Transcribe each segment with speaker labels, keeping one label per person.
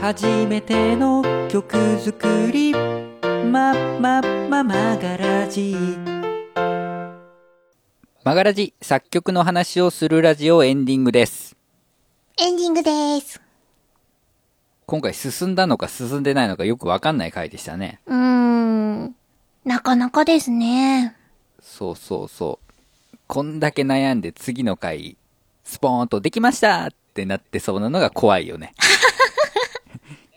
Speaker 1: 初めての曲作りま、ま、ま、マガラジマガラジ作曲の話をするラジオエンディングです
Speaker 2: エンディングです。
Speaker 1: 今回進んだのか進んでないのかよくわかんない回でしたね
Speaker 2: うーん。なかなかですね。
Speaker 1: そうそうそうこんだけ悩んで次の回スポーンとできましたってなってそうなのが怖いよ ね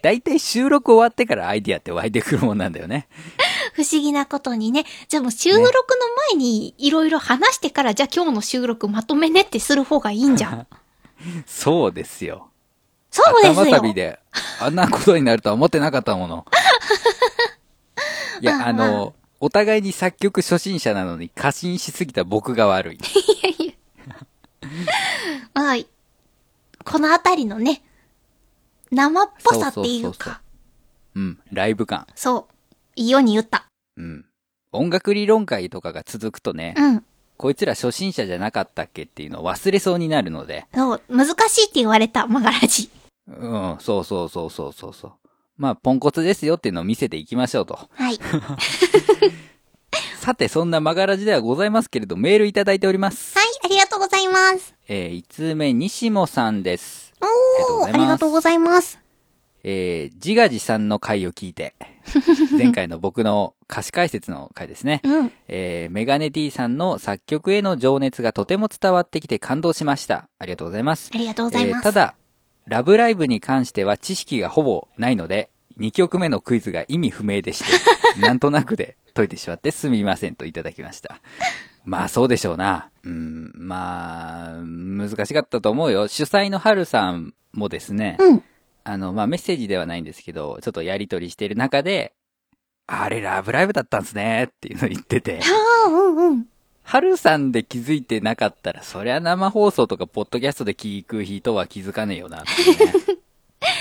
Speaker 1: だいたい収録終わってからアイディアって湧いてくるもんなんだよね
Speaker 2: 不思議なことにね。じゃあもう収録の前にいろいろ話してから、じゃあ今日の収録まとめねってする方がいいんじゃん。
Speaker 1: そうですよ
Speaker 2: そうですよ。
Speaker 1: 頭サビで、あんなことになるとは思ってなかったもの。いや、あの、お互いに作曲初心者なのに過信しすぎた僕が 悪い。
Speaker 2: はい。このあたりのね、生っぽさっていうか、
Speaker 1: うん、ライブ感。
Speaker 2: そう。いいように言った。
Speaker 1: うん。音楽理論会とかが続くとね、
Speaker 2: うん。
Speaker 1: こいつら初心者じゃなかったっけっていうのを忘れそうになるので、
Speaker 2: そう、難しいって言われた、マガラジ。
Speaker 1: うん、そうそうそうそうそうそう。まあ、ポンコツですよっていうのを見せていきましょうと。
Speaker 2: はい。
Speaker 1: さて、そんなマガラジではございますけれど、メールいただいております。
Speaker 2: はい、ありがとうございます。
Speaker 1: えー、5つ目、西もさんです。
Speaker 2: おー、ありがとうございます。
Speaker 1: えー、自画自賛の回を聞い て、前回の僕の歌詞解説の回ですね。
Speaker 2: うん。
Speaker 1: えー、メガネ D さんの作曲への情熱がとても伝わってきて感動しました。ありがとうございます。
Speaker 2: ありがとうございま
Speaker 1: え
Speaker 2: す。
Speaker 1: ーただ、ラブライブに関しては知識がほぼないので、2曲目のクイズが意味不明でして、 なんとなくで解いてしまってすみませんといただきました。まあそうでしょうな。うん、まあ、難しかったと思うよ。主催の春さんもですね、
Speaker 2: うん。
Speaker 1: あの、まあ、メッセージではないんですけど、ちょっとやりとりしてる中で、あれ、ラブライブだったんですね、っていうのを言って て、
Speaker 2: ああ、うんうん。
Speaker 1: ハルさんで気づいてなかったら、そりゃ生放送とかポッドキャストで聞く人は気づかねえよな、 ってね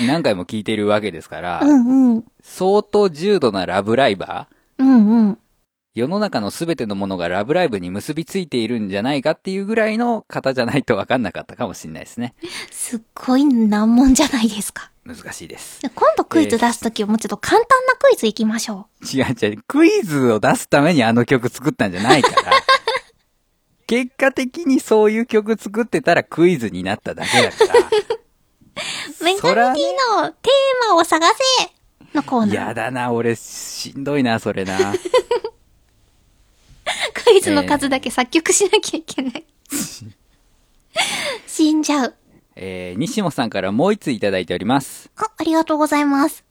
Speaker 1: 何回も聞いてるわけですから、
Speaker 2: うんうん。
Speaker 1: 相当重度なラブライバー
Speaker 2: うんうん。
Speaker 1: 世の中の全てのものがラブライブに結びついているんじゃないかっていうぐらいの方じゃないと分かんなかったかもしれないですね。
Speaker 2: すっごい難問じゃないですか。
Speaker 1: 難しいです。
Speaker 2: 今度クイズ出すときはもうちょっと簡単なクイズいきましょ
Speaker 1: 違う違う、クイズを出すためにあの曲作ったんじゃない から。結果的にそういう曲作ってたらクイズになっただけだ から。
Speaker 2: う。メ
Speaker 1: そ
Speaker 2: ガ
Speaker 1: ら
Speaker 2: ネ
Speaker 1: ね
Speaker 2: D のテーマを探せのコーナー。
Speaker 1: やだな、俺、しんどいな、それ な。
Speaker 2: クイズの数だけ作曲しなきゃいけない。 死んじゃう。
Speaker 1: えー、西本さんからもう一ついただいております。
Speaker 2: あ、ありがとうございます。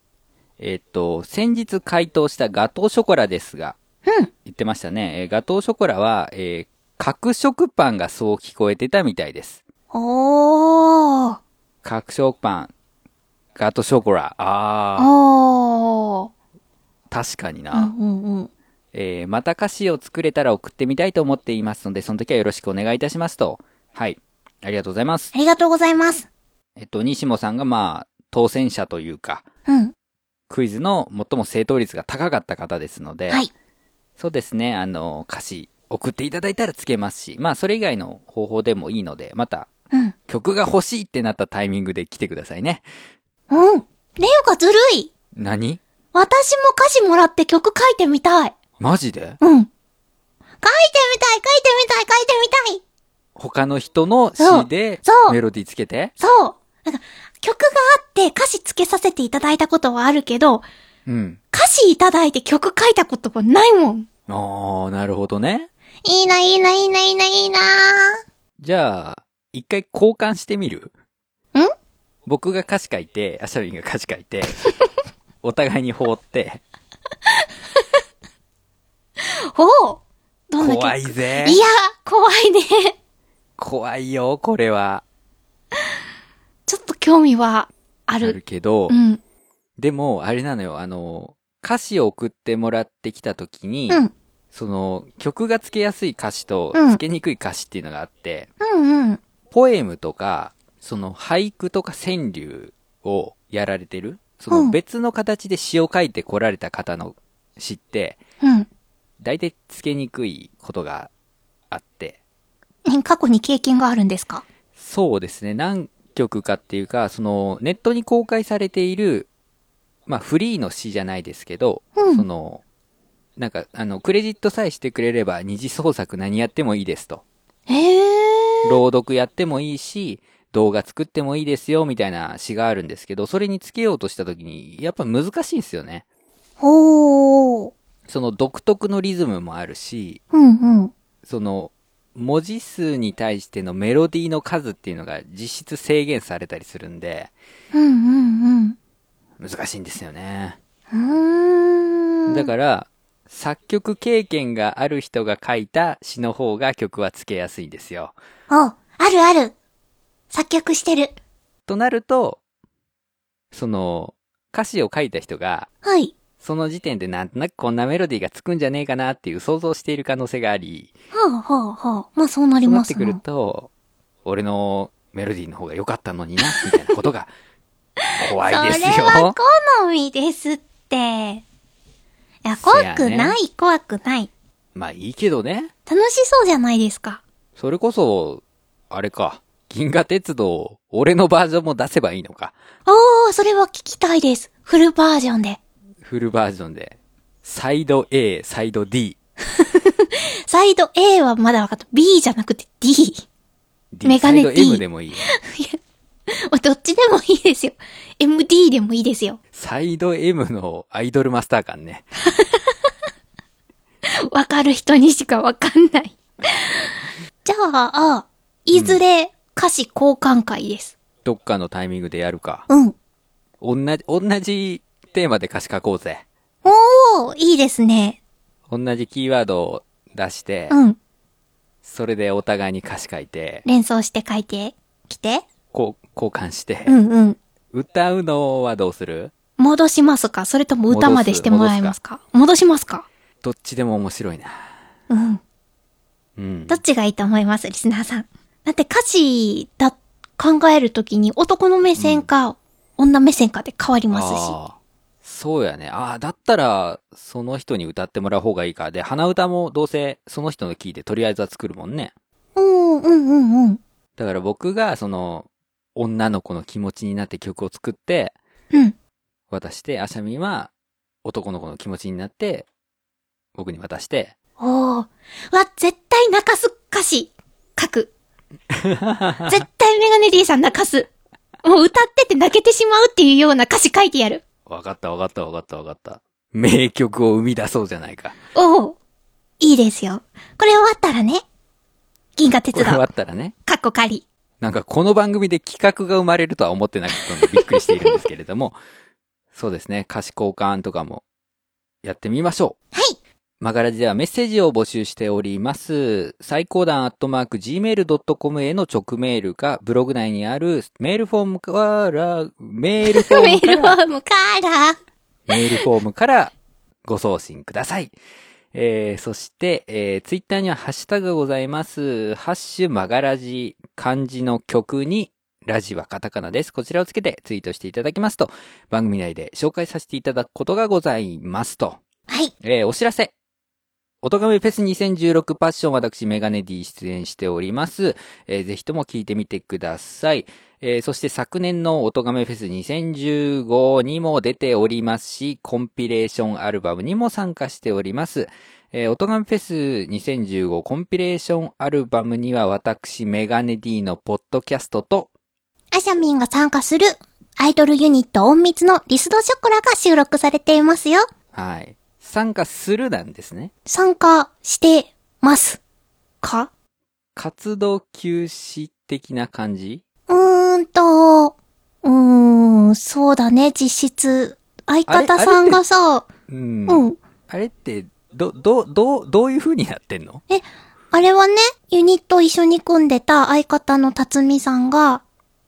Speaker 1: えっと、先日回答したガトーショコラですが、
Speaker 2: うん。
Speaker 1: 言ってましたね。えーガトーショコラは、えー、角食パンがそう聞こえてたみたいです。
Speaker 2: おー。
Speaker 1: 角食パン、ガトーショコラ。あー、
Speaker 2: おー。
Speaker 1: 確かにな。
Speaker 2: うんうんうん。
Speaker 1: えーまた歌詞を作れたら送ってみたいと思っていますので、その時はよろしくお願いいたしますと。はい。ありがとうございます。
Speaker 2: ありがとうございます。
Speaker 1: えっと、西本さんがまあ、当選者というか、
Speaker 2: うん。
Speaker 1: クイズの最も正答率が高かった方ですので、
Speaker 2: はい。
Speaker 1: そうですね、あの、歌詞送っていただいたらつけますし、まあ、それ以外の方法でもいいので、また、
Speaker 2: うん。
Speaker 1: 曲が欲しいってなったタイミングで来てくださいね。
Speaker 2: うん。レオがずるい。
Speaker 1: 何
Speaker 2: 私も歌詞もらって曲書いてみたい。
Speaker 1: マジで
Speaker 2: うん。書いてみたい、書いてみたい、書いてみたい。
Speaker 1: 他の人の詞で
Speaker 2: そう
Speaker 1: メロディーつけて
Speaker 2: そう。なんか、曲があって歌詞つけさせていただいたことはあるけど、
Speaker 1: うん。
Speaker 2: 歌詞いただいて曲書いたことがないもん。
Speaker 1: あー、なるほどね。
Speaker 2: いいな、いいな、いいな、いいな、いいな。
Speaker 1: じゃあ、一回交換してみる
Speaker 2: ん
Speaker 1: 僕が歌詞書いて、アシャミンが歌詞書い て、お互いに放って、
Speaker 2: ほう。どんな曲
Speaker 1: 怖いぜ
Speaker 2: いや、怖いね。
Speaker 1: 怖いよ、これは。
Speaker 2: ちょっと興味はあ
Speaker 1: あ
Speaker 2: る。
Speaker 1: るけど
Speaker 2: う、ん。
Speaker 1: でも、あれなのよ、あの、歌詞を送ってもらってきた時に、
Speaker 2: うん。
Speaker 1: その、曲がつけやすい歌詞と
Speaker 2: う、ん
Speaker 1: つけにくい歌詞っていうのがあって、
Speaker 2: うんうん。
Speaker 1: ポエムとか、その俳句とか川柳をやられてる、そうの
Speaker 2: ん
Speaker 1: 別の形で詩を書いてこられた方の詩って、
Speaker 2: うん。
Speaker 1: 大体つけにくいことがあって、
Speaker 2: え過去に経験があるんですか
Speaker 1: そうですね、何曲かっていうか、その、ネットに公開されている、まあ、フリーの詩じゃないですけど、
Speaker 2: うん
Speaker 1: その、なんか、あの、クレジットさえしてくれれば、二次創作何やってもいいですと。
Speaker 2: へえ。
Speaker 1: 朗読やってもいいし、動画作ってもいいですよ、みたいな詩があるんですけど、それにつけようとした時に、やっぱ難しいんですよね。
Speaker 2: ほー。
Speaker 1: その独特のリズムもあるし、
Speaker 2: うんうん。
Speaker 1: その、文字数に対してのメロディーの数っていうのが実質制限されたりするんで、
Speaker 2: うんうん
Speaker 1: 難しいんですよね。
Speaker 2: うん。うーん。
Speaker 1: だから、作曲経験がある人が書いた詩の方が曲はつけやすいんですよ。
Speaker 2: ら。お、あるある。作曲してる。
Speaker 1: となると、その、歌詞を書いた人が、
Speaker 2: はい。
Speaker 1: その時点でなんとなくこんなメロディーがつくんじゃねえかなっていう想像している可能性があり、
Speaker 2: はあはあはあ。まあそうなり
Speaker 1: そうな
Speaker 2: ま
Speaker 1: って
Speaker 2: す
Speaker 1: く
Speaker 2: な
Speaker 1: ると、俺のメロディーの方が良かったのにな、みたいなこと が怖いです
Speaker 2: それは
Speaker 1: よ。
Speaker 2: 好みですって。いや、怖くない、怖くない。
Speaker 1: まあいいけどね。
Speaker 2: 楽しそうじゃないですか。
Speaker 1: それこそ、あれか、銀河鉄道、俺のバージョンも出せばいいのか。
Speaker 2: おー、それは聞きたいです。フルバージョンで。
Speaker 1: フルバージョンで。サイド A、サイド D。
Speaker 2: サイド A はまだ分かった。B じゃなくて D。い
Speaker 1: D
Speaker 2: メガネ
Speaker 1: サイ
Speaker 2: D
Speaker 1: ド M でもいい。
Speaker 2: や、どっちでもいいですよ。MD でもいいですよ。
Speaker 1: サイド M のアイドルマスター感ね。
Speaker 2: わかる人にしかわかんない。じゃあ、いずれ歌詞交換会です。
Speaker 1: どっかのタイミングでやるか。
Speaker 2: うん。
Speaker 1: 同じ、同じテーマで歌詞書こうぜ。
Speaker 2: おー、いいですね。
Speaker 1: 同じキーワードを出して、
Speaker 2: うん。
Speaker 1: それでお互いに歌詞書いて、
Speaker 2: 連想して書いてきて。
Speaker 1: こう、交換して
Speaker 2: う、んうん。
Speaker 1: 歌うのはどうする
Speaker 2: 戻しますかそれとも歌までしてもらえますか戻しますか
Speaker 1: どっちでも面白いな。
Speaker 2: うん。
Speaker 1: うん
Speaker 2: ど。っちがいいと思いますリスナーさん。だって歌詞だ、考えるときに男の目線か、女目線かで変わりますし。
Speaker 1: あーそうやね。ああ、だったら、その人に歌ってもらう方がいいか。で、鼻歌もどうせその人のキーでとりあえずは作るもんね。
Speaker 2: うん、うん、うん、うん。
Speaker 1: だから僕が、その、女の子の気持ちになって曲を作って、
Speaker 2: うん。
Speaker 1: 渡して、あしゃみんは男の子の気持ちになって、僕に渡 して、
Speaker 2: おー。わ、絶対泣かす歌詞書 く。絶対メガネ D さん泣かす。もう歌ってて泣けてしまうっていうような歌詞書いてやる。
Speaker 1: わかったわかったわかったわかった。名曲を生み出そうじゃないか。
Speaker 2: おー。いいですよ。これ終わったらね。銀河鉄
Speaker 1: これ終わ
Speaker 2: 道。
Speaker 1: ったらね。
Speaker 2: かっこ仮。
Speaker 1: なんかこの番組で企画が生まれるとは思ってなかったのでびっくりしているんですけれど も、そうですね、歌詞交換とかもやってみましょう。
Speaker 2: はい。
Speaker 1: マガラジではメッセージを募集しております。最高段アットマーク gmail.com への直メールか、ブログ内にあるメールフォームから、 メールフォ
Speaker 2: メ
Speaker 1: ーム
Speaker 2: ー
Speaker 1: か
Speaker 2: ルフ
Speaker 1: ら
Speaker 2: ォ、ームから。
Speaker 1: メールフォームからご送信ください。えー、そして、えー、ツイッターにはハッシュタグがございます。ハッシュマガラジ、漢字の曲に、ラジはカタカナです。こちらをつけてツイートしていただきますと、番組内で紹介させていただくことがございますと。
Speaker 2: はい。
Speaker 1: えーお知らせ。おとがめフェス2016パッション私メガネディ出演しております。えーぜひとも聞いてみてください。えーそして昨年のおとがめフェス2015にも出ておりますし、コンピレーションアルバムにも参加しております。えー、おとがめフェス2015コンピレーションアルバムには私メガネディのポッドキャストと、
Speaker 2: アシャミンが参加するアイドルユニット音密のリスドショコラが収録されていますよ。
Speaker 1: はい、参加するなんですね。
Speaker 2: 参加してますか
Speaker 1: 活動休止的な感じ
Speaker 2: うーんと、うーん、そうだね、実質。相方さんがさ、
Speaker 1: うん
Speaker 2: うん。
Speaker 1: あれって、ど、ど、どう、どういう風になってんの
Speaker 2: あれはね、ユニット一緒に組んでた相方の辰巳さんが、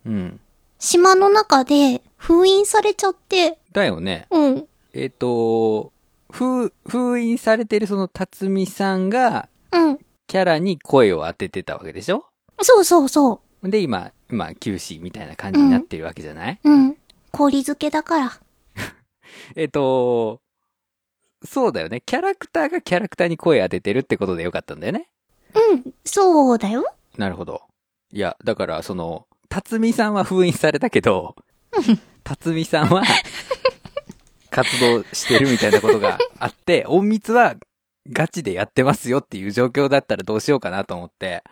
Speaker 1: うん。
Speaker 2: 島の中で封印されちゃって、
Speaker 1: だよね。
Speaker 2: うん。
Speaker 1: えっ、と、封、封印されてるその辰巳さんが、
Speaker 2: うん。
Speaker 1: キャラに声を当ててたわけでしょ
Speaker 2: そうそうそう。
Speaker 1: で、今、今、休止みたいな感じになってるわけじゃない、
Speaker 2: うん。氷漬けだから。
Speaker 1: えっ、と、そうだよね。キャラクターがキャラクターに声当ててるってことでよかったんだよね。
Speaker 2: うん。そうだよ。
Speaker 1: なるほど。いや、だから、その、辰巳さんは封印されたけど、辰巳さんは活動してるみたいなことがあって、隠密はガチでやってますよっていう状況だったらどうしようかなと思って。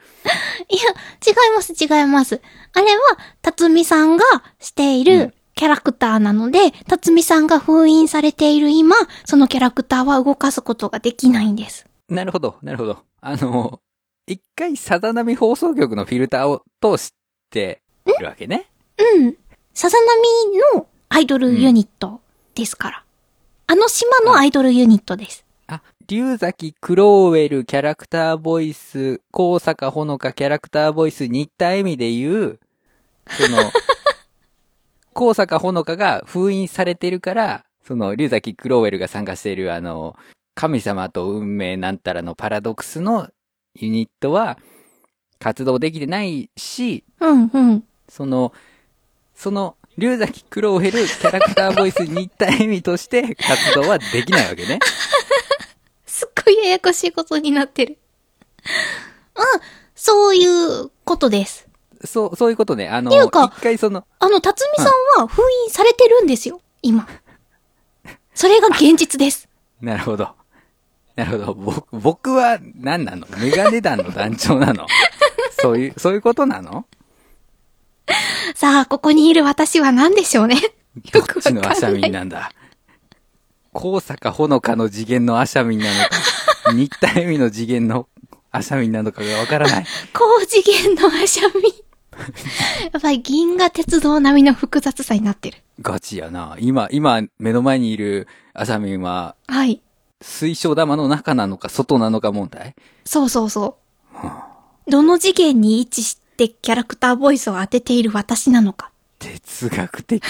Speaker 2: いや、違います、違います。あれは、辰巳さんがしていうる
Speaker 1: ん
Speaker 2: キャラクターなので、辰巳さんが封印されている今、そのキャラクターは動かすことができないんです。
Speaker 1: なるほど、なるほど。あの、一回さざ波放送局のフィルターを通してるわけね。
Speaker 2: うん。さざ波のアイドルユニットですから。あの島のアイドルユニットです。
Speaker 1: あ、龍崎クローウェルキャラクターボイス、高坂ほのかキャラクターボイス、新田恵美で言う、その、高坂ほのかが封印されてるから、その、龍崎クローウェルが参加している、あの、神様と運命なんたらのパラドックスのユニットは、活動できてないし、
Speaker 2: うん、うん。
Speaker 1: その、その、龍崎クロウヘルキャラクターボイス新田恵美として活動はできないわけね。
Speaker 2: すっごいややこしいことになってる。 うん、そういうことです。
Speaker 1: そう、そういうことね。あの、
Speaker 2: ていうか
Speaker 1: 一回その、
Speaker 2: あの、辰巳さんは封印されてるんですよ、今。それが現実です。
Speaker 1: なるほど。なるほど。僕、僕は何なのメガネ団の団長なのそういう、そういうことなの
Speaker 2: さあ、ここにいる私は何でしょうね。
Speaker 1: ど
Speaker 2: よ
Speaker 1: っ
Speaker 2: くわか
Speaker 1: ち
Speaker 2: ん
Speaker 1: の
Speaker 2: ない。
Speaker 1: アシャミンなんだ。高坂ほのかの次元のアシャミンなのか、新田恵美の次元のアシャミンなのかがわからない。
Speaker 2: 高次元のアシャミン。 やっぱり銀河鉄道並みの複雑さになってる。
Speaker 1: ガチやな。今、今、目の前にいるアシャミンは、
Speaker 2: はい。
Speaker 1: 水晶玉の中なのか外なのか問題
Speaker 2: そうそうそう。どの次元に位置してキャラクターボイスを当てている私なのか。
Speaker 1: 哲学的。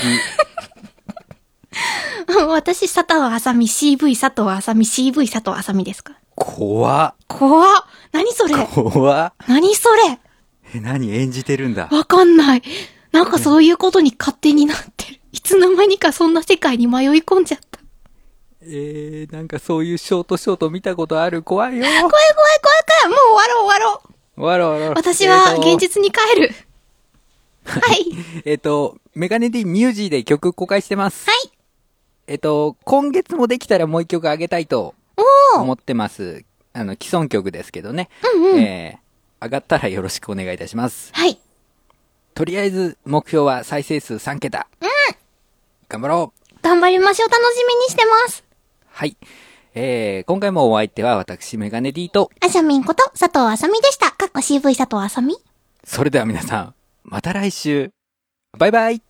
Speaker 2: 私、佐藤あさみ、CV 佐藤あさみ、CV 佐藤あさみですか
Speaker 1: 怖っ。
Speaker 2: 怖っ何それ
Speaker 1: 怖っ。
Speaker 2: 何それ
Speaker 1: え、何演じてるんだ。
Speaker 2: わかんない。なんかそういうことに勝手になってる。いつの間にかそんな世界に迷い込んじゃった。
Speaker 1: えー、なんかそういうショートショート見たことある。怖い よ。
Speaker 2: 怖い怖い怖い怖いもう終わろう終わろう
Speaker 1: わらわら。
Speaker 2: 私は
Speaker 1: えーと
Speaker 2: 現。実に帰 る。はい。
Speaker 1: えっ、と、メガネ D ミュージーで曲公開してます。
Speaker 2: はい。
Speaker 1: えっ、と、今月もできたらもう一曲あげたいと
Speaker 2: おー
Speaker 1: 思ってます。あの、既存曲ですけどね。
Speaker 2: うんうん。
Speaker 1: えー、上がったらよろしくお願いいたします。
Speaker 2: はい。
Speaker 1: とりあえず、目標は再生数3桁。うん頑張ろう
Speaker 2: 頑張りましょう。楽しみにしてます。
Speaker 1: はい。えー、今回もお相手は私、メガネ D と、
Speaker 2: あしゃみんこと佐藤あさみでした。かっこ CV 佐藤あさみ。バイ
Speaker 1: それでは皆さん、また来週。バイバイ
Speaker 2: バイ